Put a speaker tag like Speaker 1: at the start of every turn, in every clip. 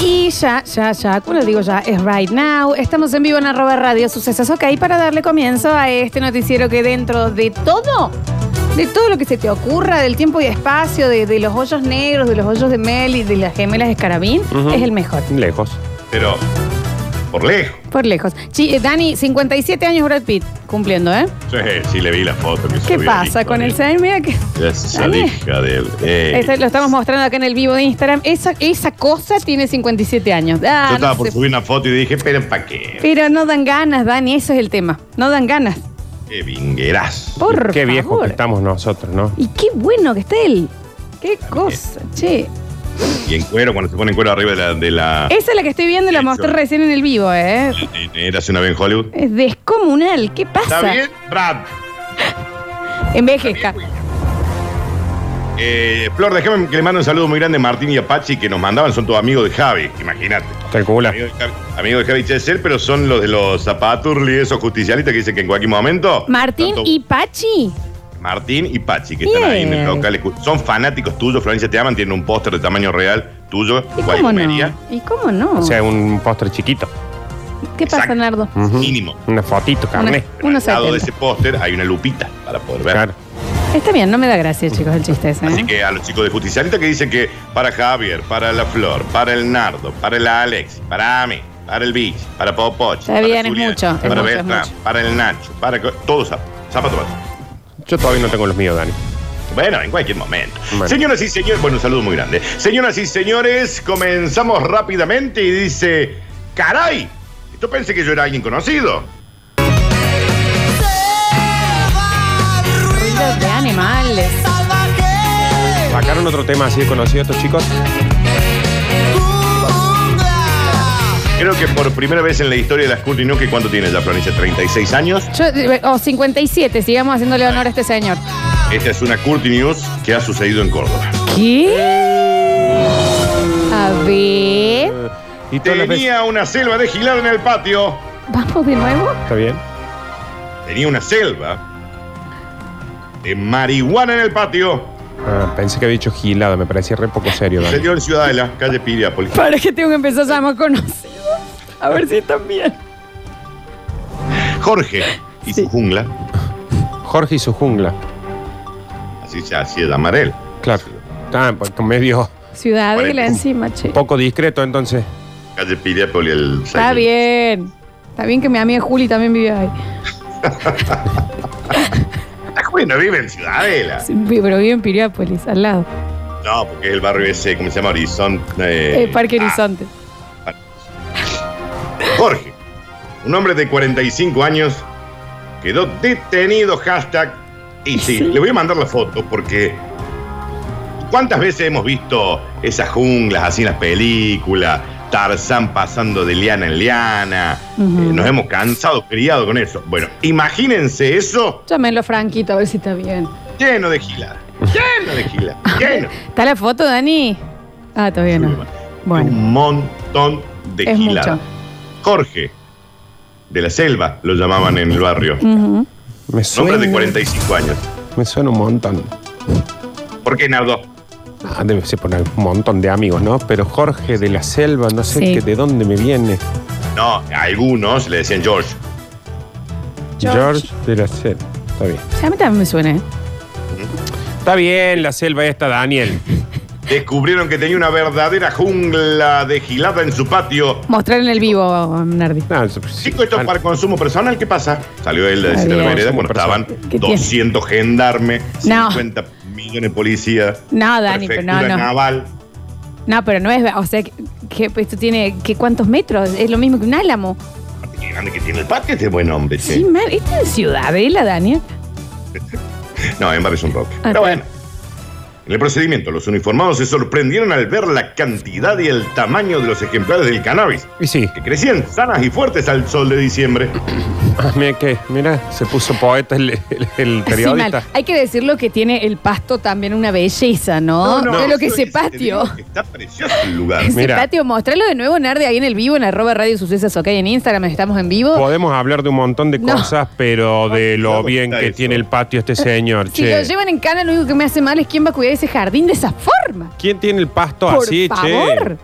Speaker 1: Y ya, ya, ya, como lo digo ya, es right now. Estamos en vivo en arroba radio sucesos, ok, para darle comienzo a este noticiero que dentro de todo, de todo lo que se te ocurra, del tiempo y espacio, de, de los hoyos negros, de los hoyos de Mel y de las gemelas de Escarabín,
Speaker 2: Ujú.
Speaker 1: es el mejor.
Speaker 2: Lejos.
Speaker 3: Pero, por lejos.
Speaker 1: Por lejos. Chi- eh, Dani, 57 años Brad Pitt, cumpliendo, ¿eh?
Speaker 3: Sí, sí, le vi la foto que
Speaker 1: ¿Qué
Speaker 3: subió
Speaker 1: pasa
Speaker 3: ahí
Speaker 1: con el
Speaker 3: él.
Speaker 1: Zen? Mira que...
Speaker 3: Esa
Speaker 1: Dani.
Speaker 3: hija de él. Eh,
Speaker 1: Este, lo estamos mostrando acá en el vivo de Instagram. Esa, esa cosa tiene 57 años. Ah,
Speaker 3: Yo estaba
Speaker 1: no
Speaker 3: por
Speaker 1: se-
Speaker 3: subir una foto y dije, pero ¿para qué?
Speaker 1: Pero no dan ganas, Dani, ese es el tema. No dan ganas.
Speaker 3: Qué vingueras.
Speaker 1: Por
Speaker 2: Qué viejos
Speaker 1: favor.
Speaker 2: que estamos nosotros, ¿no?
Speaker 1: Y qué bueno que esté él. Qué cosa, che.
Speaker 3: Y en cuero, cuando se pone en cuero arriba de la. De la
Speaker 1: Esa es la que estoy viendo, la
Speaker 3: Ah. Eso.
Speaker 1: mostré recién en el vivo, ¿eh?
Speaker 3: Érase una vez en Hollywood.
Speaker 1: Es descomunal. ¿Qué pasa?
Speaker 3: ¿Está bien, Brad?
Speaker 1: Envejezca.
Speaker 3: Eh, Flor, déjame que le mando un saludo muy grande a Martín y Apache que nos mandaban, son todos amigos de Javi, imagínate.
Speaker 2: Calcula.
Speaker 3: Amigos de Javi, amigos de Javi Chesel, pero son los de los zapaturli, esos justicialistas que dicen que en cualquier momento.
Speaker 1: Martín
Speaker 3: tanto
Speaker 1: y Pachi.
Speaker 3: Martín y Pachi, que están ahí en el
Speaker 1: Bien.
Speaker 3: local. Son fanáticos tuyos, Florencia, te aman, tienen un póster de tamaño real tuyo,
Speaker 1: ¿Y cómo
Speaker 3: Guaymería,
Speaker 1: no? ¿Y cómo no?
Speaker 2: O sea, un postre chiquito.
Speaker 1: ¿Qué pasa,
Speaker 3: exacto. Mm,
Speaker 1: Nardo?
Speaker 2: Ujú.
Speaker 3: mínimo.
Speaker 2: Una fotito, carnet.
Speaker 3: Pero
Speaker 1: Unos
Speaker 3: al lado de
Speaker 1: 70.
Speaker 3: ese póster hay una lupita para poder ver.
Speaker 2: Claro.
Speaker 1: Está bien, no me da gracia, chicos, el chiste ese.
Speaker 3: Así
Speaker 1: ¿eh?
Speaker 3: que a los chicos de Justicialita que dicen que para Javier, para la Flor, para el Nardo, para la Alex, para Ami, para el Beach, para Popoch,
Speaker 1: Está
Speaker 3: para
Speaker 1: bien, es
Speaker 3: Julián,
Speaker 1: mucho, es
Speaker 3: para
Speaker 1: mucho, es
Speaker 3: Bertrand,
Speaker 1: mucho.
Speaker 3: para el Nacho, para co- todos zap- zapato, zapato.
Speaker 2: Yo todavía no tengo los míos, Dani.
Speaker 3: Bueno, en cualquier momento.
Speaker 2: Bueno.
Speaker 3: Señoras y señores, bueno, un saludo muy grande. Señoras y señores, comenzamos rápidamente y dice, caray, yo pensé que yo era alguien conocido.
Speaker 1: Ruidos de animales.
Speaker 2: Sacaron otro tema así de conocido estos chicos.
Speaker 3: Creo que por primera vez en la historia de las Curti News, que ¿cuánto tiene ya, Florencia? ¿36 años?
Speaker 1: Yo, eh, o 57, sigamos haciéndole honor a este señor.
Speaker 3: Esta es una Curti News que ha sucedido en Córdoba.
Speaker 1: ¿Qué?
Speaker 3: Eh.
Speaker 1: A ver.
Speaker 2: Eh, Y todas las veces.
Speaker 3: Tenía una selva de Gilar en el patio.
Speaker 1: Vamos de nuevo.
Speaker 2: ¿Está bien?
Speaker 3: Tenía una selva de marihuana en el patio.
Speaker 2: Ah, pensé que había dicho gilada, me parecía re poco serio,
Speaker 3: Se
Speaker 2: Dani.
Speaker 3: dio en Ciudadela, calle Piriápolis.
Speaker 1: Para que tengo que empezar a llamar conocidos. A ver si están bien.
Speaker 3: Jorge y
Speaker 1: Sí.
Speaker 3: su jungla.
Speaker 2: Jorge y su jungla.
Speaker 3: Así se hacía llamar él.
Speaker 2: Claro. Ah, porque medio
Speaker 1: Ciudadela
Speaker 3: Cuarenta.
Speaker 1: encima, che.
Speaker 2: poco discreto entonces.
Speaker 3: Calle Piriápolis, el
Speaker 1: Está bien. Está bien que mi amiga Juli también vive ahí.
Speaker 3: Ah. La Juli Ah, no vive en Ciudadela.
Speaker 1: Sí, vi- Pero vive en Piriápolis, al lado.
Speaker 3: No, porque es el barrio ese, ¿cómo se llama? Horizonte.
Speaker 1: Eh, Parque
Speaker 3: ah,
Speaker 1: Horizonte.
Speaker 3: Jorge, un hombre de 45 años, quedó detenido, hashtag. Y sí, le voy a mandar la foto porque ¿cuántas veces hemos visto esas junglas así en las películas? Tarzán pasando de liana en liana.
Speaker 1: Ujú.
Speaker 3: Eh, nos hemos cansado, criado con eso. Bueno, imagínense eso
Speaker 1: Llámenlo a Franquito a ver si está bien.
Speaker 3: lleno de gila. Lleno de gila. Lleno.
Speaker 1: ¿Está la foto, Dani? Ah, todavía no. Bueno,
Speaker 3: Un montón de
Speaker 1: es
Speaker 3: gilada.
Speaker 1: mucho.
Speaker 3: Jorge, de la selva, lo llamaban en el barrio.
Speaker 1: Ujú.
Speaker 2: Me
Speaker 3: Un
Speaker 2: suena.
Speaker 3: Hombre de 45 años.
Speaker 2: Me suena un montón.
Speaker 3: ¿Por qué, Nardo?
Speaker 2: Ah, debe ser por un montón de amigos, ¿no? Pero Jorge de la selva, no sé
Speaker 1: Sí.
Speaker 2: qué- de dónde me viene.
Speaker 3: No, a algunos le decían George.
Speaker 1: George.
Speaker 2: George, de la selva. Está bien.
Speaker 1: Sí, A mí también me suena. ¿eh?
Speaker 2: Está bien la selva esta, Daniel.
Speaker 3: Descubrieron que tenía una verdadera jungla de gilada en su patio.
Speaker 1: Mostrar en el vivo, Nardi.
Speaker 2: No, pues, eso- sí,
Speaker 3: Chico, esto es
Speaker 2: bueno,
Speaker 3: para consumo personal, ¿qué pasa? Salió él de decir a la
Speaker 1: Bien.
Speaker 3: vereda cuando
Speaker 2: Consumo
Speaker 3: estaban
Speaker 1: personal. ¿Qué tiene?
Speaker 3: 200 gendarmes,
Speaker 1: No.
Speaker 3: 50 millones de policías,
Speaker 1: No, Dani, pero no, no.
Speaker 3: prefectura naval.
Speaker 1: No, pero no es. O sea, que, que esto tiene. que ¿Cuántos metros? Es lo mismo que un álamo.
Speaker 3: Aparte, Qué grande que tiene el patio este buen hombre. che.
Speaker 1: Sí, man. Esto es en Ciudadela, Daniel.
Speaker 3: No, en Barrio Son Roque.
Speaker 1: Ah,
Speaker 3: Pero
Speaker 1: está
Speaker 3: bueno. En el procedimiento, los uniformados se sorprendieron al ver la cantidad y el tamaño de los ejemplares del cannabis,
Speaker 2: Y sí,
Speaker 3: que crecían sanas y fuertes al sol de diciembre.
Speaker 2: mira que, mira, se puso poeta el, el- el
Speaker 1: Sí,
Speaker 2: periodista.
Speaker 1: mal. Hay que decirlo que tiene el pasto también una belleza, ¿no?
Speaker 3: No, no,
Speaker 1: de lo que
Speaker 3: eso
Speaker 1: ese
Speaker 3: es- este te digo
Speaker 1: patio.
Speaker 3: que Está precioso el lugar.
Speaker 1: Ese
Speaker 2: Mira.
Speaker 1: patio, mostrarlo de nuevo, Nardi, ahí en el vivo, en arroba Radio Sucesos, ok, en Instagram, estamos en vivo.
Speaker 2: Podemos hablar de un montón de
Speaker 1: No. Eh,
Speaker 2: cosas, pero de lo
Speaker 3: ¿Cómo
Speaker 2: bien
Speaker 3: está
Speaker 2: que
Speaker 3: eso?
Speaker 2: tiene el patio este señor,
Speaker 1: Si
Speaker 2: che.
Speaker 1: lo llevan en cana, lo único que me hace mal es quién va a cuidar ese jardín de esa forma.
Speaker 2: ¿Quién tiene el pasto
Speaker 1: Por
Speaker 2: así,
Speaker 1: favor.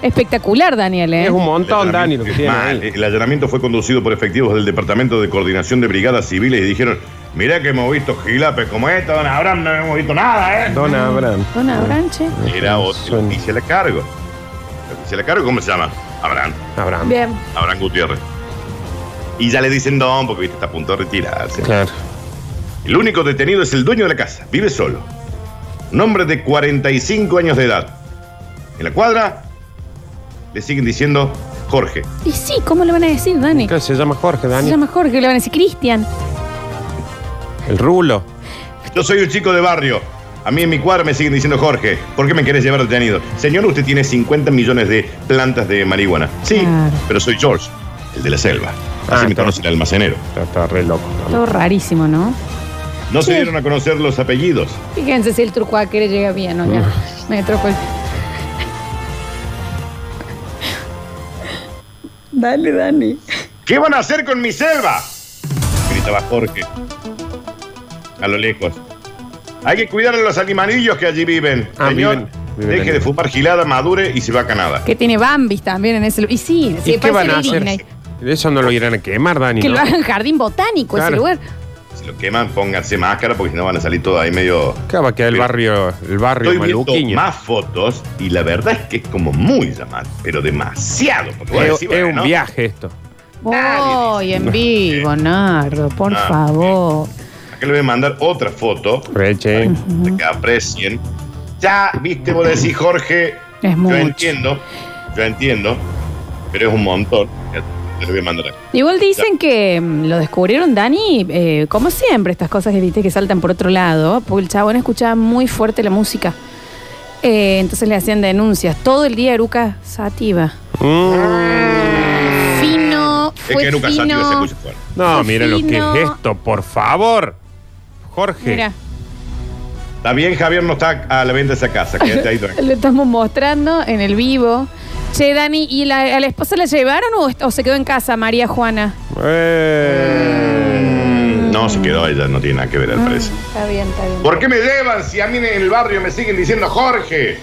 Speaker 1: Espectacular, Daniel,
Speaker 2: che?
Speaker 1: ¿eh?
Speaker 2: Es un montón,
Speaker 3: El
Speaker 2: Dani, lo que
Speaker 3: allanamiento-
Speaker 2: tiene
Speaker 3: Mal, eh.
Speaker 2: ahí.
Speaker 3: El allanamiento fue conducido por efectivos del Departamento de Coordinación de Brigadas Civiles y dijeron, mirá que hemos visto gilapes como esta, don Abraham, no hemos visto nada, ¿eh?
Speaker 2: Don Abraham.
Speaker 1: Don Abranche.
Speaker 3: Era otro.
Speaker 2: Suena.
Speaker 3: Y se le cargo. ¿Se le cargo cómo se llama? Abraham.
Speaker 2: Abraham.
Speaker 1: Bien.
Speaker 3: Abraham Gutiérrez. Y ya le dicen don, porque viste, está a punto de retirarse.
Speaker 2: Claro.
Speaker 3: El único detenido es el dueño de la casa. Vive solo. Un hombre de 45 años de edad. En la cuadra le siguen diciendo Jorge.
Speaker 1: Y sí, ¿cómo le van a decir, Dani?
Speaker 2: ¿Qué se llama Jorge,
Speaker 1: Se
Speaker 2: Dani?
Speaker 1: llama Jorge, le van a decir Cristian.
Speaker 2: El rulo.
Speaker 3: Yo soy un chico de barrio. A mí en mi cuadra me siguen diciendo Jorge. ¿Por qué me querés llevar detenido? Señor, usted tiene 50 millones de plantas de marihuana. Sí,
Speaker 1: Claro.
Speaker 3: pero soy George, el de la selva. Así
Speaker 2: Ah, claro.
Speaker 3: me conoce el almacenero.
Speaker 2: Está, está re loco.
Speaker 1: Todo rarísimo, ¿no?
Speaker 3: No se
Speaker 1: Sí.
Speaker 3: dieron a conocer los apellidos.
Speaker 1: Fíjense si el turcuaque le llega bien, ¿no? Ya. Metrópol. Dale, Dani.
Speaker 3: ¿Qué van a hacer con mi selva? Gritaba Jorge. A lo lejos. Hay que cuidar a los animalillos que allí viven.
Speaker 2: Ah,
Speaker 3: Señor,
Speaker 2: viven- viven
Speaker 3: deje
Speaker 2: allí.
Speaker 3: de fumar gilada, madure y se va a Canadá.
Speaker 1: Que tiene Bambis también en ese lugar. Y sí, sí,
Speaker 2: ¿Y qué
Speaker 1: parece
Speaker 2: van a
Speaker 1: Disney.
Speaker 2: hacer? Eso no lo irán a quemar, Dani.
Speaker 1: Que
Speaker 2: ¿no?
Speaker 1: lo hagan jardín botánico ese
Speaker 2: Claro.
Speaker 1: lugar.
Speaker 3: Si lo queman, pónganse máscara porque si no van a salir todos ahí medio...
Speaker 2: Acá va a quedar el
Speaker 3: Pero-
Speaker 2: barrio, el barrio
Speaker 3: Estoy viendo
Speaker 2: maluquiño.
Speaker 3: más fotos y la verdad es que es como muy llamado, pero demasiado. Porque vos
Speaker 2: Es,
Speaker 3: decís,
Speaker 2: es
Speaker 3: bueno,
Speaker 2: un viaje esto.
Speaker 1: Voy en vivo, Nardo, por
Speaker 3: Ah,
Speaker 1: favor.
Speaker 3: Acá le voy a mandar otra foto
Speaker 2: Reche.
Speaker 3: para que aprecien. Ya, viste, vos decís, Jorge,
Speaker 1: Es
Speaker 3: yo
Speaker 1: mucho.
Speaker 3: entiendo, yo entiendo, pero es un montón. Ya Te lo voy a mandar acá.
Speaker 1: Igual dicen que mm, lo descubrieron, Dani, eh, como siempre, estas cosas que viste que saltan por otro lado, porque el chabón escuchaba muy fuerte la música. Eh, entonces le hacían denuncias. Todo el día Eruca Sativa. Fino,
Speaker 3: Mm. Es
Speaker 1: fue
Speaker 3: que Eruca
Speaker 1: fino.
Speaker 3: Sativa se escucha fuerte.
Speaker 2: No, mira lo que
Speaker 1: Fino.
Speaker 2: es esto, por favor. Jorge.
Speaker 1: Mira,
Speaker 3: Está bien, Javier no está a la venta de esa casa, quédate ahí tranquilo.
Speaker 1: lo estamos mostrando en el vivo. Che, Dani, ¿y la- a la esposa la llevaron o, est- o se quedó en casa María Juana?
Speaker 2: Eh,
Speaker 1: Mm.
Speaker 3: No, se quedó ella, no tiene nada que ver al parecer.
Speaker 1: Está bien, está bien.
Speaker 3: ¿Por qué me llevan si a mí en el barrio me siguen diciendo Jorge?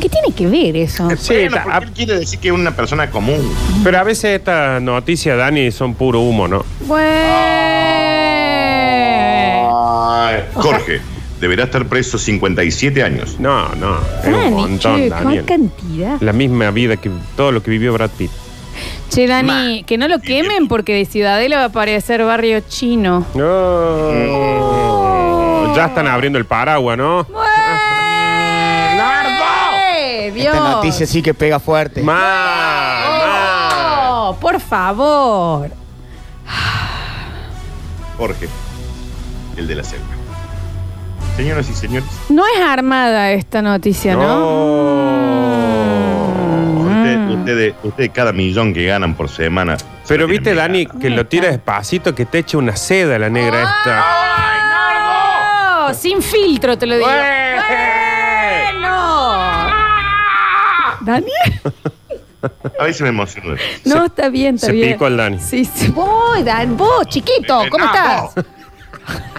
Speaker 1: ¿Qué tiene que ver eso?
Speaker 2: Sí,
Speaker 3: bueno,
Speaker 2: ta- ah,
Speaker 1: ah.
Speaker 3: porque él quiere decir que es una persona común.
Speaker 2: pero a veces estas noticias, Dani, son puro humo, ¿no?
Speaker 3: Ah.
Speaker 1: Bueno.
Speaker 3: Ay, Jorge, deberá estar preso 57 años.
Speaker 2: No, no. Es un
Speaker 1: Dani, che,
Speaker 2: montón,
Speaker 1: ¿cuál
Speaker 2: Daniel.
Speaker 1: cantidad?
Speaker 2: La misma vida que todo lo que vivió Brad Pitt.
Speaker 1: Che, Dani, que no lo
Speaker 3: Sí,
Speaker 1: quemen
Speaker 3: bien.
Speaker 1: porque de Ciudadela va a aparecer barrio chino. Este
Speaker 2: No. Oh. Ya están abriendo el paraguas, ¿no?
Speaker 1: ¡Nardo! Dios.
Speaker 4: Esta noticia sí que pega fuerte.
Speaker 2: Más, más.
Speaker 1: Oh, por favor.
Speaker 3: Jorge, el de la selva. Señoras y señores,
Speaker 1: No es armada esta noticia,
Speaker 2: Oh.
Speaker 1: Mm. ¿no?
Speaker 3: usted- ustedes, ustedes cada millón que ganan por semana. se
Speaker 2: Pero
Speaker 3: lo tienen
Speaker 2: viste,
Speaker 3: bien
Speaker 2: Dani,
Speaker 3: ganado.
Speaker 2: que lo
Speaker 1: Mm,
Speaker 2: tira despacito, que te eche una seda la negra
Speaker 1: Ah.
Speaker 2: esta.
Speaker 1: Oh, sin filtro, te lo digo.
Speaker 2: ¡Ué!
Speaker 1: Bueno. Daniel.
Speaker 3: A veces me emociono.
Speaker 1: No, está bien, está
Speaker 2: se
Speaker 1: bien.
Speaker 2: picó el Dani.
Speaker 1: Sí, sí. Voy, Dan. Vos, chiquito, ¿cómo
Speaker 3: Venado.
Speaker 1: estás?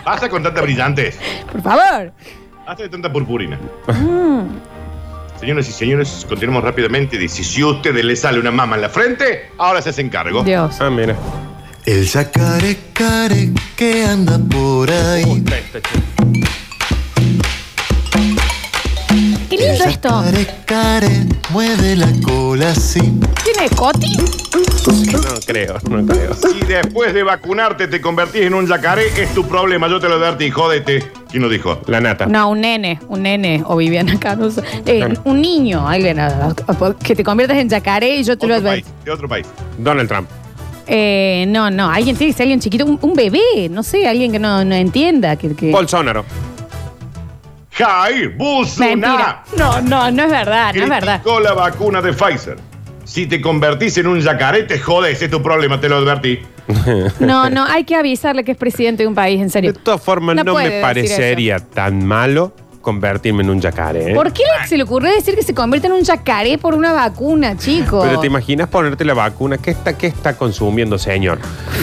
Speaker 3: Basta con tanta brillantez.
Speaker 1: Por favor.
Speaker 3: Basta de tanta purpurina.
Speaker 1: Mm.
Speaker 3: Señoras y señores, continuemos rápidamente. Dice, si a ustedes les sale una mama en la frente, ahora se hacen cargo.
Speaker 1: Dios.
Speaker 2: Ah, mira.
Speaker 5: El yacarecare que anda por
Speaker 1: Uh,
Speaker 5: ahí.
Speaker 1: Qué
Speaker 5: El
Speaker 1: lindo esto.
Speaker 5: yacarecare mueve la cola así.
Speaker 1: ¿Tiene Coti?
Speaker 2: No creo, no creo.
Speaker 3: Si después de vacunarte te convertís en un yacaré, es tu problema. Yo te lo advertí, jódete. ¿Quién lo dijo?
Speaker 2: La nata.
Speaker 1: No, un nene, un nene, o Viviana Caruso. Eh, un niño, alguien, ah, que te conviertas en yacaré y yo te lo
Speaker 3: Otro
Speaker 1: advertí.
Speaker 3: país, de otro país.
Speaker 2: Donald Trump.
Speaker 1: Eh, no, no, alguien tiene que ser alguien chiquito, un, un bebé, no sé, alguien que no, no entienda. Que, que-
Speaker 2: Bolsonaro.
Speaker 3: Jair Bolsonaro
Speaker 1: Mentira. No, no, no es verdad, no es verdad.
Speaker 3: criticó la vacuna de Pfizer. Si te convertís en un yacarete, jodés, es tu problema, te lo advertí.
Speaker 1: No, no, hay que avisarle que es presidente de un país, en serio.
Speaker 2: De todas formas, no,
Speaker 1: puede
Speaker 2: me
Speaker 1: decir
Speaker 2: parecería tan malo convertirme en un yacaré. ¿eh?
Speaker 1: eso. ¿Por qué le- se le ocurrió decir que se convierte en un yacaré por una vacuna, chico?
Speaker 2: Pero te imaginas ponerte la vacuna. ¿Qué está, qué está consumiendo, señor?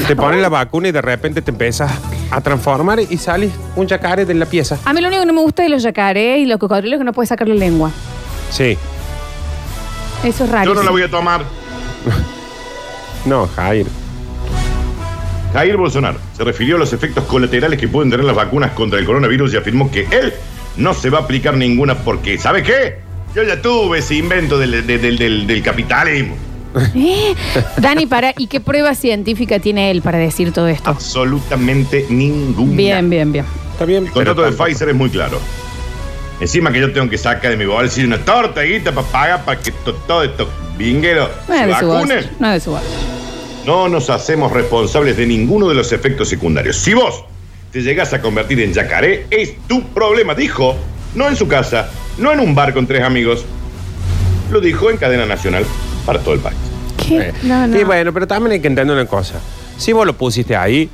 Speaker 2: Te pones la vacuna y de repente te empiezas a transformar y sales un yacaré de la pieza.
Speaker 1: A mí lo único que no me gusta de los yacarés y los cocodrilos es que no puedes sacarle lengua.
Speaker 2: Sí.
Speaker 1: Eso es raro.
Speaker 3: Yo no la voy a tomar.
Speaker 2: No, Jair.
Speaker 3: Jair Bolsonaro se refirió a los efectos colaterales que pueden tener las vacunas contra el coronavirus y afirmó que él no se va a aplicar ninguna porque, ¿sabe qué? Yo ya tuve ese invento del, del- del- del- del capitalismo.
Speaker 1: Dani, para, ¿y qué prueba científica tiene él para decir todo esto?
Speaker 3: Absolutamente ninguna.
Speaker 1: Oh. Bien, bien, bien.
Speaker 2: Está bien.
Speaker 3: El contrato de
Speaker 2: pero-
Speaker 3: Pfizer es muy claro. Encima que yo tengo que sacar de mi bolsillo una torta, guita, para pagar para que to- todo esto vinguero
Speaker 1: No es
Speaker 3: se
Speaker 1: de su
Speaker 3: vacunen.
Speaker 1: bolsa. No es de su bolsa.
Speaker 3: No nos hacemos responsables de ninguno de los efectos secundarios. Si vos te llegás a convertir en yacaré, es tu problema, dijo. No en su casa, no en un bar con tres amigos. Lo dijo en cadena nacional para todo el país. Eh,
Speaker 1: ¿Qué? No, no.
Speaker 2: Sí, Eh, bueno, pero también hay que entender una cosa. Si vos lo pusiste ahí,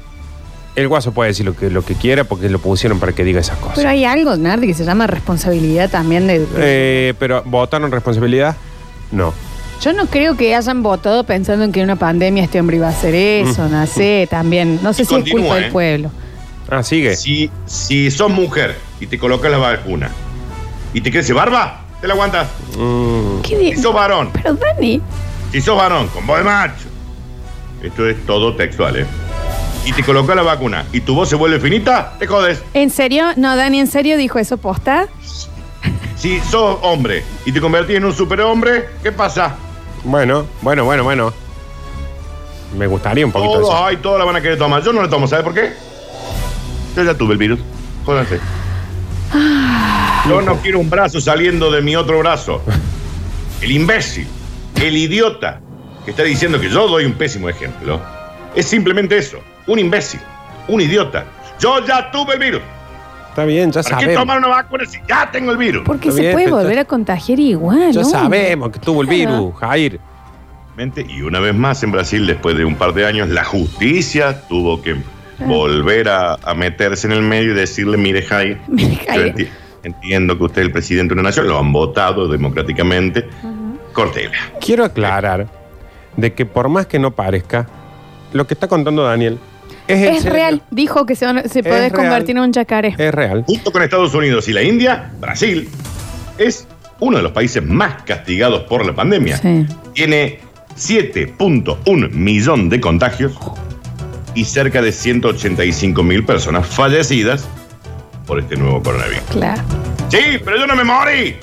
Speaker 2: el guaso puede decir lo que, lo que quiera porque lo pusieron para que diga esas cosas.
Speaker 1: Pero hay algo, Nardi, que se llama responsabilidad también de...
Speaker 2: Eh, pero votaron responsabilidad. No.
Speaker 1: Yo no creo que hayan votado pensando en que en una pandemia este hombre iba a hacer eso, no sé, también. No sé
Speaker 3: Y
Speaker 1: si es
Speaker 3: Mm. continúa,
Speaker 1: culpa
Speaker 3: ¿eh?
Speaker 1: del pueblo.
Speaker 2: Ah, sigue.
Speaker 3: Si, si sos mujer y te colocas la vacuna y te crece barba, te la aguantas.
Speaker 1: ¿Qué di-
Speaker 3: Si sos varón,
Speaker 1: Pero Dani,
Speaker 3: si sos varón, con voz de macho. Esto es todo textual, ¿eh? Y te colocas la vacuna y tu voz se vuelve finita, te jodes.
Speaker 1: ¿en serio? No, Dani, ¿en serio dijo eso posta?
Speaker 3: Si sos hombre y te convertís en un superhombre, ¿qué pasa?
Speaker 2: Bueno, bueno, bueno, bueno. Me gustaría un poquito
Speaker 3: Todos,
Speaker 2: eso.
Speaker 3: ay, todos la van a querer tomar. Yo no la tomo, ¿sabes por qué? Yo ya tuve el virus. Jódanse.
Speaker 2: Ah.
Speaker 3: Yo no quiero un brazo saliendo de mi otro brazo. El imbécil, el idiota que está diciendo que yo doy un pésimo ejemplo, es simplemente eso. Un imbécil, un idiota. Yo ya tuve el virus.
Speaker 2: Está bien, ya
Speaker 3: ¿Para qué tomar
Speaker 2: sabemos.
Speaker 3: una vacuna si ya tengo el virus?
Speaker 1: Porque
Speaker 2: Está
Speaker 1: se
Speaker 2: bien,
Speaker 1: puede
Speaker 2: pero
Speaker 1: volver a contagiar igual,
Speaker 2: Ya
Speaker 1: ¿no?
Speaker 2: sabemos que tuvo el
Speaker 1: Claro.
Speaker 2: virus, Jair.
Speaker 3: Mente, Y una vez más en Brasil, después de un par de años, la justicia tuvo que
Speaker 1: Ah.
Speaker 3: volver a, a meterse en el medio y decirle, mire Jai,
Speaker 1: Mire,
Speaker 3: yo
Speaker 1: Jair.
Speaker 3: enti- entiendo que usted es el presidente de una nación, lo han votado democráticamente, cortela.
Speaker 2: Quiero aclarar de que por más que no parezca, lo que está contando Daniel es, en
Speaker 1: Es
Speaker 2: serio.
Speaker 1: real, dijo que se, van- se podés
Speaker 2: real.
Speaker 1: convertir en un yacaré.
Speaker 2: Es real.
Speaker 3: Junto con Estados Unidos y la India, Brasil es uno de los países más castigados por la pandemia.
Speaker 1: Sí.
Speaker 3: Tiene 7.1 millón de contagios y cerca de 185 mil personas fallecidas por este nuevo coronavirus.
Speaker 1: Claro.
Speaker 3: Sí, pero yo no me morí.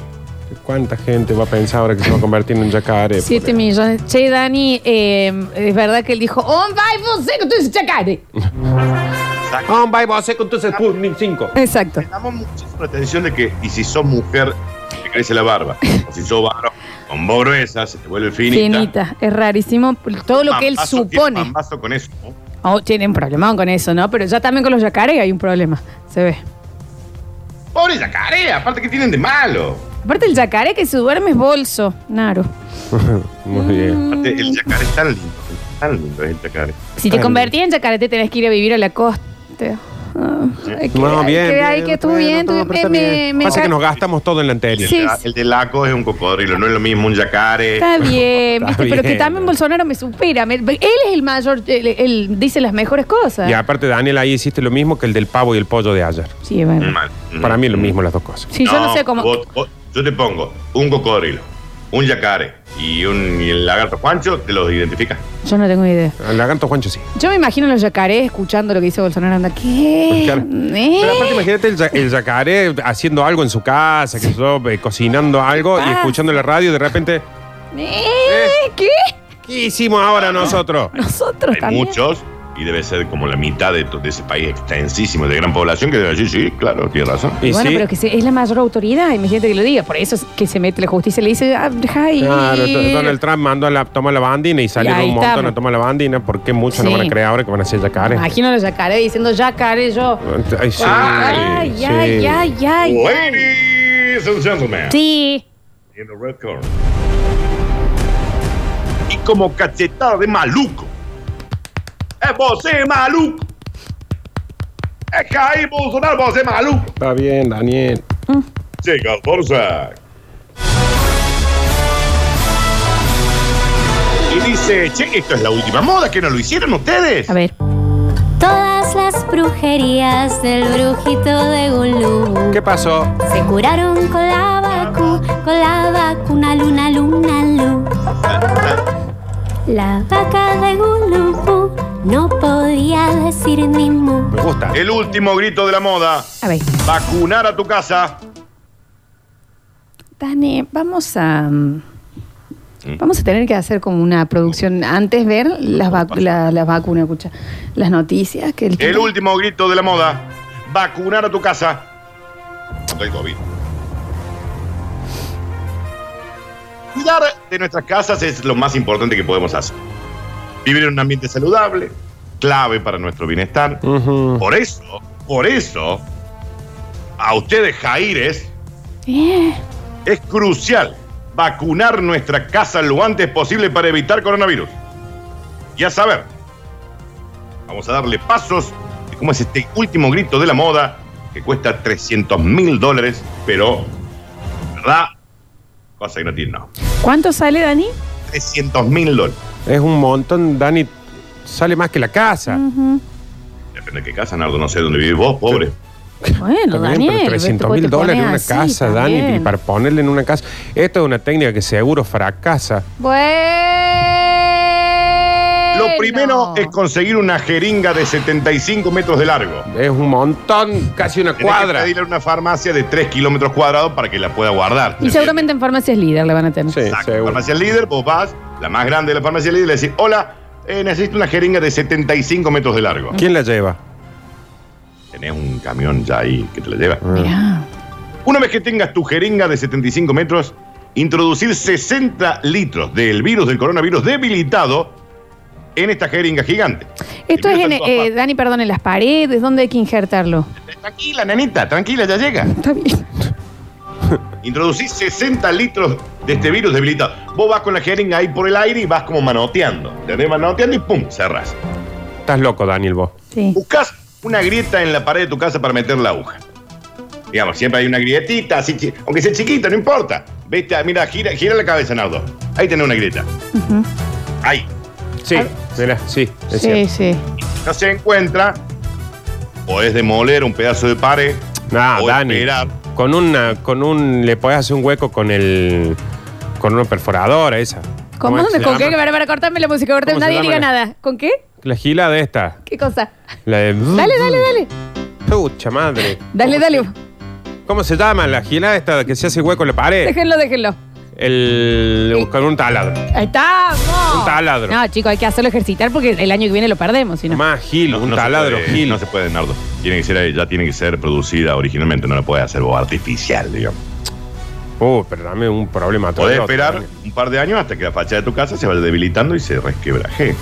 Speaker 2: ¿Cuánta gente va a pensar ahora que se va a convertir en un yacaré?
Speaker 1: 7 millones. Che, Dani, eh, es verdad que él dijo, ¡Oh, vai, você que tú eres yacaré!
Speaker 2: Ah, bye, vos sé con tu Sputnik 5.
Speaker 1: Exacto.
Speaker 3: Damos muchísima atención de que, y si sos mujer, te crece la barba. O si sos varón, con voz gruesa, se te vuelve finita.
Speaker 1: Finita, es rarísimo todo lo que él
Speaker 3: Mambazo, tiene
Speaker 1: supone.
Speaker 3: mambazo con eso, ¿no?
Speaker 1: Oh, tiene un problemón con eso, ¿no? Pero ya también con los yacarés hay un problema, se ve.
Speaker 3: Pobre yacaré, aparte que tienen de malo.
Speaker 1: Aparte el yacaré que se duerme es bolso, Naro.
Speaker 2: Muy
Speaker 1: Mm.
Speaker 2: bien.
Speaker 3: Aparte, el yacaré es tan lindo. Tan lindo es el yacaré.
Speaker 1: Si te
Speaker 2: Bueno.
Speaker 1: convertís en yacaré te tenés que ir a vivir a la costa. Ah, hay que-
Speaker 2: No,
Speaker 1: hay
Speaker 2: bien.
Speaker 1: que-
Speaker 2: bien,
Speaker 1: hay que tú
Speaker 2: bueno,
Speaker 1: bien, tú
Speaker 2: todo,
Speaker 1: bien,
Speaker 2: pero está
Speaker 1: me,
Speaker 2: bien.
Speaker 1: me
Speaker 2: Pasa
Speaker 1: sac-
Speaker 2: que nos gastamos todo en la anterior.
Speaker 1: Sí,
Speaker 3: Ah,
Speaker 1: sí.
Speaker 3: El de laco es un cocodrilo, no es lo mismo un yacaré.
Speaker 1: Está bien,
Speaker 2: Está
Speaker 1: ¿viste? pero que
Speaker 2: bien.
Speaker 1: también Bolsonaro me supera. me- él es el mayor, él, él dice las mejores cosas.
Speaker 2: Y aparte, Daniel, ahí hiciste lo mismo que el del pavo y el pollo de ayer.
Speaker 1: Sí, es verdad.
Speaker 3: Mal.
Speaker 2: Para mí es lo mismo las dos cosas.
Speaker 1: Sí, yo no sé cómo...
Speaker 3: vos- vos- yo te pongo un cocodrilo, un yacaré y un y el lagarto Juancho, te los identificas.
Speaker 1: Yo no tengo idea.
Speaker 2: Al lagarto Juancho sí.
Speaker 1: Yo me imagino los yacarés escuchando lo que dice Bolsonaro. Anda, ¿qué?
Speaker 2: Pues Claro.
Speaker 1: ¿Eh?
Speaker 2: Pero aparte, imagínate el, ya- el yacaré haciendo algo en su casa, que yo, eh, cocinando algo y
Speaker 1: pasa?
Speaker 2: escuchando la radio y de repente,
Speaker 1: ¿Eh? ¿Qué?
Speaker 2: Eh. ¿qué hicimos ahora nosotros?
Speaker 1: Nosotros
Speaker 3: Hay
Speaker 1: también.
Speaker 3: muchos y debe ser como la mitad de, to- de ese país extensísimo, de gran población, que debe decir, sí, claro, tiene razón.
Speaker 2: Y
Speaker 1: bueno,
Speaker 2: sí.
Speaker 1: pero que se- es la mayor autoridad, imagínate que lo diga. Por eso es que se mete la justicia y le dice, ah, Jair.
Speaker 2: Claro, entonces Donald Trump mandó a la toma la bandina y salieron
Speaker 1: ahí
Speaker 2: un montón
Speaker 1: estamos.
Speaker 2: a tomar la bandina porque muchos no
Speaker 1: Sí.
Speaker 2: van a creer ahora que van a ser yacares.
Speaker 1: Imagino a los yacarés diciendo yacaré yo.
Speaker 2: Ay, sí,
Speaker 1: Ay,
Speaker 2: sí.
Speaker 1: ay, ay, ay.
Speaker 3: Ladies and gentlemen,
Speaker 1: Sí.
Speaker 3: in the red corner. Y como cachetada de maluco. Es vos, eh, maluco. Es Jair Bolsonaro, vos, eh, maluco.
Speaker 2: Está bien, Daniel.
Speaker 3: Llega Borsa. Y dice, che, esto es la última moda, que no lo hicieron ustedes.
Speaker 1: A ver.
Speaker 6: Todas las brujerías del brujito de Gulú
Speaker 2: ¿Qué pasó?
Speaker 6: se curaron con la vacu, con la vacuna luna luna lu. La vaca de Gulú no podía decir ni mu.
Speaker 2: Me gusta.
Speaker 3: El último grito de la moda,
Speaker 1: A ver.
Speaker 3: vacunar a tu casa.
Speaker 1: Dani, vamos a. mm,
Speaker 2: Mm.
Speaker 1: Vamos a tener que hacer como una producción antes, ver las, vacu- la- las vacunas, escucha, las noticias. Que el,
Speaker 3: El último grito de la moda, vacunar a tu casa. Del COVID. Cuidar de nuestras casas es lo más importante que podemos hacer. Vivir en un ambiente saludable, clave para nuestro bienestar.
Speaker 2: Ujú.
Speaker 3: Por eso, por eso, a ustedes, Jaires,
Speaker 1: Eh,
Speaker 3: es crucial vacunar nuestra casa lo antes posible para evitar coronavirus. Y a saber, vamos a darle pasos, de cómo es este último grito de la moda, que cuesta 300 mil dólares, pero, ¿verdad? Cosa que no tiene, no.
Speaker 1: ¿Cuánto sale, Dani?
Speaker 3: 300 mil dólares.
Speaker 2: Es un montón, Dani. Sale más que la casa.
Speaker 1: Mm,
Speaker 3: Depende de qué casa, Nardo, no sé dónde vivís vos, pobre.
Speaker 1: Bueno,
Speaker 2: Está bien,
Speaker 1: Daniel.
Speaker 2: pero 300 mil dólares en una casa, Dani, y
Speaker 1: Dani.
Speaker 2: para ponerle en una casa. Esto es una técnica que seguro fracasa.
Speaker 1: Bueno.
Speaker 3: Lo primero es conseguir una jeringa de 75 metros de largo.
Speaker 2: Es un montón, casi una
Speaker 3: Tenés
Speaker 2: cuadra.
Speaker 3: que pedirle a una farmacia de 3 kilómetros cuadrados para que la pueda guardar.
Speaker 1: Y seguramente en farmacias líder le van a tener.
Speaker 2: Sí,
Speaker 3: Exacto.
Speaker 2: seguro.
Speaker 3: Farmacia líder, vos vas, la más grande de la farmacia líder, y le decís, hola, eh, necesito una jeringa de 75 metros de largo.
Speaker 2: ¿Quién la lleva?
Speaker 3: Tenés un camión ya ahí que te la lleva.
Speaker 1: Mirá.
Speaker 3: Una vez que tengas tu jeringa de 75 metros, introducir 60 litros del virus del coronavirus debilitado en esta jeringa gigante.
Speaker 1: Esto es, en,
Speaker 3: Empieza en
Speaker 1: eh,
Speaker 3: todas
Speaker 1: Dani, perdón, en las paredes, ¿dónde hay que injertarlo?
Speaker 3: partes. Tranquila, nenita, tranquila, ya llega.
Speaker 1: Está bien.
Speaker 3: Introducís 60 litros de este virus debilitado. Vos vas con la jeringa ahí por el aire y vas como manoteando. Tenés manoteando y pum, cerrás.
Speaker 2: Estás loco, Daniel, vos.
Speaker 1: Sí.
Speaker 3: Buscas una grieta en la pared de tu casa para meter la aguja. Digamos, siempre hay una grietita, así chi- aunque sea chiquita, no importa. Viste, ah, mira, gira, gira la cabeza, Nardo. Ahí tenés una grieta. Ahí.
Speaker 2: Sí, mira, sí, es
Speaker 1: Sí,
Speaker 2: cierto.
Speaker 1: sí.
Speaker 3: No se encuentra. Podés demoler un pedazo de pared.
Speaker 2: Nah,
Speaker 3: o
Speaker 2: Dani.
Speaker 3: esperar.
Speaker 2: Con una, con un, le podés hacer un hueco con el, con una perforadora esa.
Speaker 1: ¿Cómo?
Speaker 2: es que se
Speaker 1: ¿Con qué?
Speaker 2: llama?
Speaker 1: Para, para, cortame la música, cortame.
Speaker 2: ¿Cómo se
Speaker 1: Nadie
Speaker 2: llama
Speaker 1: diga
Speaker 2: la-
Speaker 1: nada. ¿Con qué?
Speaker 2: La gila de esta.
Speaker 1: ¿Qué cosa?
Speaker 2: La de...
Speaker 1: Dale, dale, dale.
Speaker 2: Pucha madre.
Speaker 1: Dale, dale.
Speaker 2: Mm, ¿Cómo se llama la gila esta que se hace hueco en la pared?
Speaker 1: Déjenlo, déjenlo.
Speaker 2: El, con un taladro.
Speaker 1: Ahí estamos.
Speaker 2: Un taladro.
Speaker 1: No, chicos, hay que hacerlo ejercitar porque el año que viene lo perdemos, si no.
Speaker 2: Más gil, un
Speaker 3: se
Speaker 2: taladro
Speaker 3: puede,
Speaker 2: gil.
Speaker 3: No se puede, Nardo. Tiene que ser, ahí, ya tiene que ser producida originalmente. No la podés hacer vos artificial, digamos.
Speaker 2: Uh, pero dame un problema. atrás
Speaker 3: Podés
Speaker 2: de otro,
Speaker 3: esperar
Speaker 2: Dani.
Speaker 3: un par de años hasta que la fachada de tu casa se vaya debilitando y se resquebraje.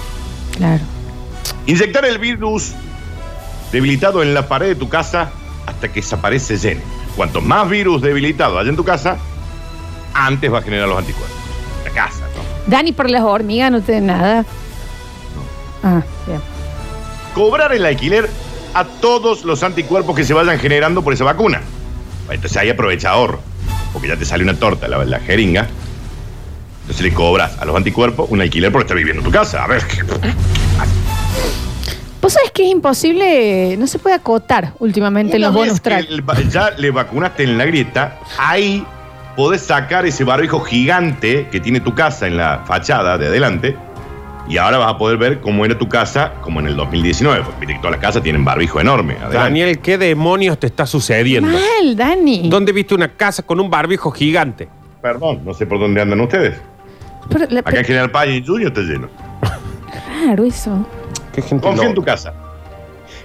Speaker 1: Claro.
Speaker 3: Inyectar el virus debilitado en la pared de tu casa hasta que desaparece llene. Cuanto más virus debilitado haya en tu casa, antes va a generar los anticuerpos. La casa, ¿no?
Speaker 1: Dani, por las hormigas no te den nada. Ah, bien.
Speaker 3: Cobrar el alquiler a todos los anticuerpos que se vayan generando por esa vacuna. Entonces ahí aprovecha ahorro, porque ya te sale una torta la, la jeringa. Entonces le cobras a los anticuerpos un alquiler por estar viviendo en tu casa. A ver,
Speaker 1: Vos sabés que es imposible, no se puede acotar últimamente en
Speaker 3: Una
Speaker 1: los
Speaker 3: vez
Speaker 1: bonus
Speaker 3: que
Speaker 1: track.
Speaker 3: el va- ya le vacunaste en la grieta, ahí podés sacar ese barbijo gigante que tiene tu casa en la fachada de adelante. Y ahora vas a poder ver cómo era tu casa como en el 2019. Porque viste que todas las casas tienen barbijo enorme. adelante.
Speaker 2: Daniel, ¿qué demonios te está sucediendo?
Speaker 1: Mal, Dani.
Speaker 2: ¿Dónde viste una casa con un barbijo gigante?
Speaker 3: Perdón, no sé por dónde andan ustedes.
Speaker 1: Pero, la-
Speaker 3: Acá en General Paz y Junior está lleno.
Speaker 1: pero raro eso.
Speaker 2: Qué gente
Speaker 3: Confía en tu
Speaker 2: loca.
Speaker 3: casa.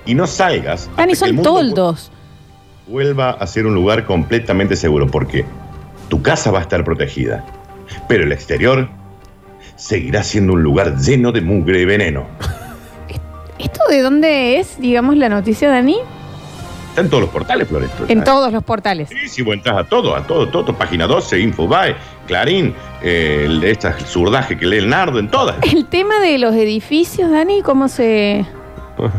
Speaker 3: Y no salgas. hasta
Speaker 1: Dani,
Speaker 3: que el
Speaker 1: Ah, son
Speaker 3: mundo
Speaker 1: toldos.
Speaker 3: Vuelva a ser un lugar completamente seguro porque tu casa va a estar protegida. Pero el exterior seguirá siendo un lugar lleno de mugre y veneno.
Speaker 1: ¿Esto de dónde es, digamos, la noticia, Dani?
Speaker 3: Está en todos los portales, Floresto.
Speaker 1: En todos los portales.
Speaker 3: Sí, si vos entras a todo, a todo, todo, todo, página 12, Infobae, Clarín, eh, el- estas el surdaje que lee el nardo, en todas.
Speaker 1: El tema de los edificios, Dani, ¿cómo se...?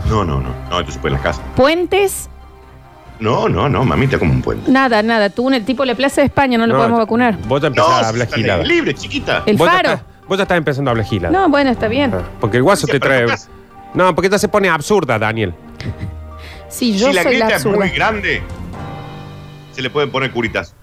Speaker 3: No, no, no, no, esto se puede en las casas.
Speaker 1: Puentes,
Speaker 3: No, no, no, mamita, como un puente.
Speaker 1: nada, nada. Túnel, tipo la Plaza de España, no lo podemos vacunar.
Speaker 2: Vos ya empezás
Speaker 3: No,
Speaker 2: a hablar
Speaker 3: está en
Speaker 2: gilada.
Speaker 3: el libre, chiquita.
Speaker 1: El
Speaker 2: Vos ya
Speaker 1: faro.
Speaker 2: estás- vos ya estás empezando a hablar gilada.
Speaker 1: No, bueno, está bien.
Speaker 2: Ah, Porque el guaso
Speaker 3: Sí,
Speaker 2: te
Speaker 3: pero
Speaker 2: trae.
Speaker 3: no estás-
Speaker 2: No, porque esta se pone absurda, Daniel.
Speaker 1: Si yo
Speaker 3: Si la
Speaker 1: soy la
Speaker 3: grieta es
Speaker 1: absurda.
Speaker 3: muy grande, se le pueden poner curitas.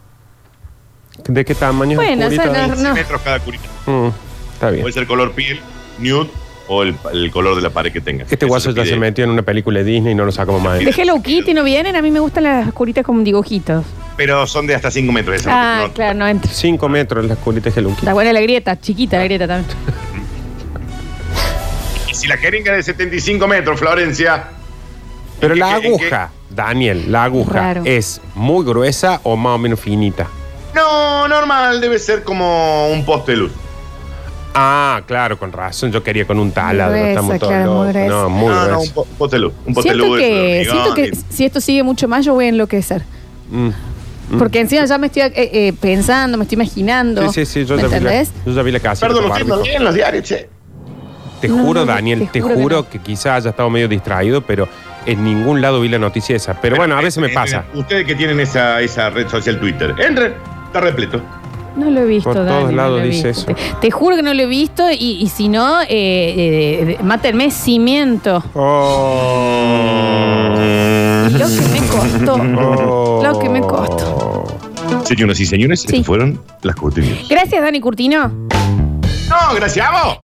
Speaker 2: ¿De qué tamaño?
Speaker 1: Bueno,
Speaker 2: Purito,
Speaker 1: esa no-
Speaker 3: 15 metros cada curita.
Speaker 2: Mm, Está bien.
Speaker 3: Puede ser color piel, nude o el, el color de la pared que tengas.
Speaker 2: Este
Speaker 3: Eso
Speaker 2: guaso
Speaker 3: se
Speaker 2: ya
Speaker 3: pide.
Speaker 2: se metió en una película de Disney y no lo sacamos más.
Speaker 1: De Hello Kitty no vienen, a mí me gustan las curitas con dibujitos.
Speaker 3: Pero son de hasta 5 metros. esas,
Speaker 1: Ah,
Speaker 3: no-
Speaker 1: claro, no entro.
Speaker 2: 5 metros las culitas de Hello Kitty.
Speaker 1: Está buena la grieta, chiquita la grieta también.
Speaker 3: Y si la jeringa es de 75 metros, Florencia,
Speaker 2: Pero la
Speaker 3: ¿En qué- en qué?
Speaker 2: aguja, Daniel, la aguja
Speaker 1: Raro.
Speaker 2: es muy gruesa o más o menos finita.
Speaker 3: no, normal, debe ser como un poste de luz.
Speaker 2: Ah, claro, con razón. Yo quería con un taladro.
Speaker 1: Gruesa,
Speaker 2: estamos todos
Speaker 1: claro, muy
Speaker 2: locos.
Speaker 1: gruesa.
Speaker 2: No, muy
Speaker 3: Ah, no,
Speaker 2: gruesa.
Speaker 3: no, un po- un poste de luz. Un poste de
Speaker 1: Siento
Speaker 3: luz.
Speaker 1: que,
Speaker 3: de hormigón,
Speaker 1: siento que
Speaker 3: y-
Speaker 1: si esto sigue mucho más, yo voy a enloquecer.
Speaker 2: Mm.
Speaker 1: Porque encima ya me estoy eh, eh, pensando, me estoy imaginando.
Speaker 2: Sí, sí, sí, yo
Speaker 1: ¿Me
Speaker 2: ya, vi la,
Speaker 1: entendés?
Speaker 2: yo ya vi la casa.
Speaker 3: Perdón,
Speaker 2: de
Speaker 3: ¿usted no
Speaker 2: Barbie.
Speaker 3: lee en los diarios, che?
Speaker 2: Te
Speaker 1: No,
Speaker 2: juro,
Speaker 1: no, no,
Speaker 2: Daniel, te, juro, que, quizás haya estado medio distraído, pero en ningún lado vi la noticia esa. Pero, bueno, a veces me
Speaker 3: Eh,
Speaker 2: pasa.
Speaker 3: Ustedes que tienen esa, esa red social Twitter, entren, está repleto.
Speaker 1: No lo he visto,
Speaker 2: Por todos
Speaker 1: Dani, no
Speaker 2: lados
Speaker 1: lo he
Speaker 2: dice
Speaker 1: visto. Te,
Speaker 2: eso.
Speaker 1: te juro que no lo he visto y, y si no, eh, eh, mátenme cimiento.
Speaker 2: Oh.
Speaker 1: Lo que me costó.
Speaker 2: Oh.
Speaker 1: Lo que me costó.
Speaker 3: Señoras y señores,
Speaker 1: Sí.
Speaker 3: estas fueron las cortinas.
Speaker 1: Gracias, Dani Curtino.
Speaker 3: No, gracias a vos.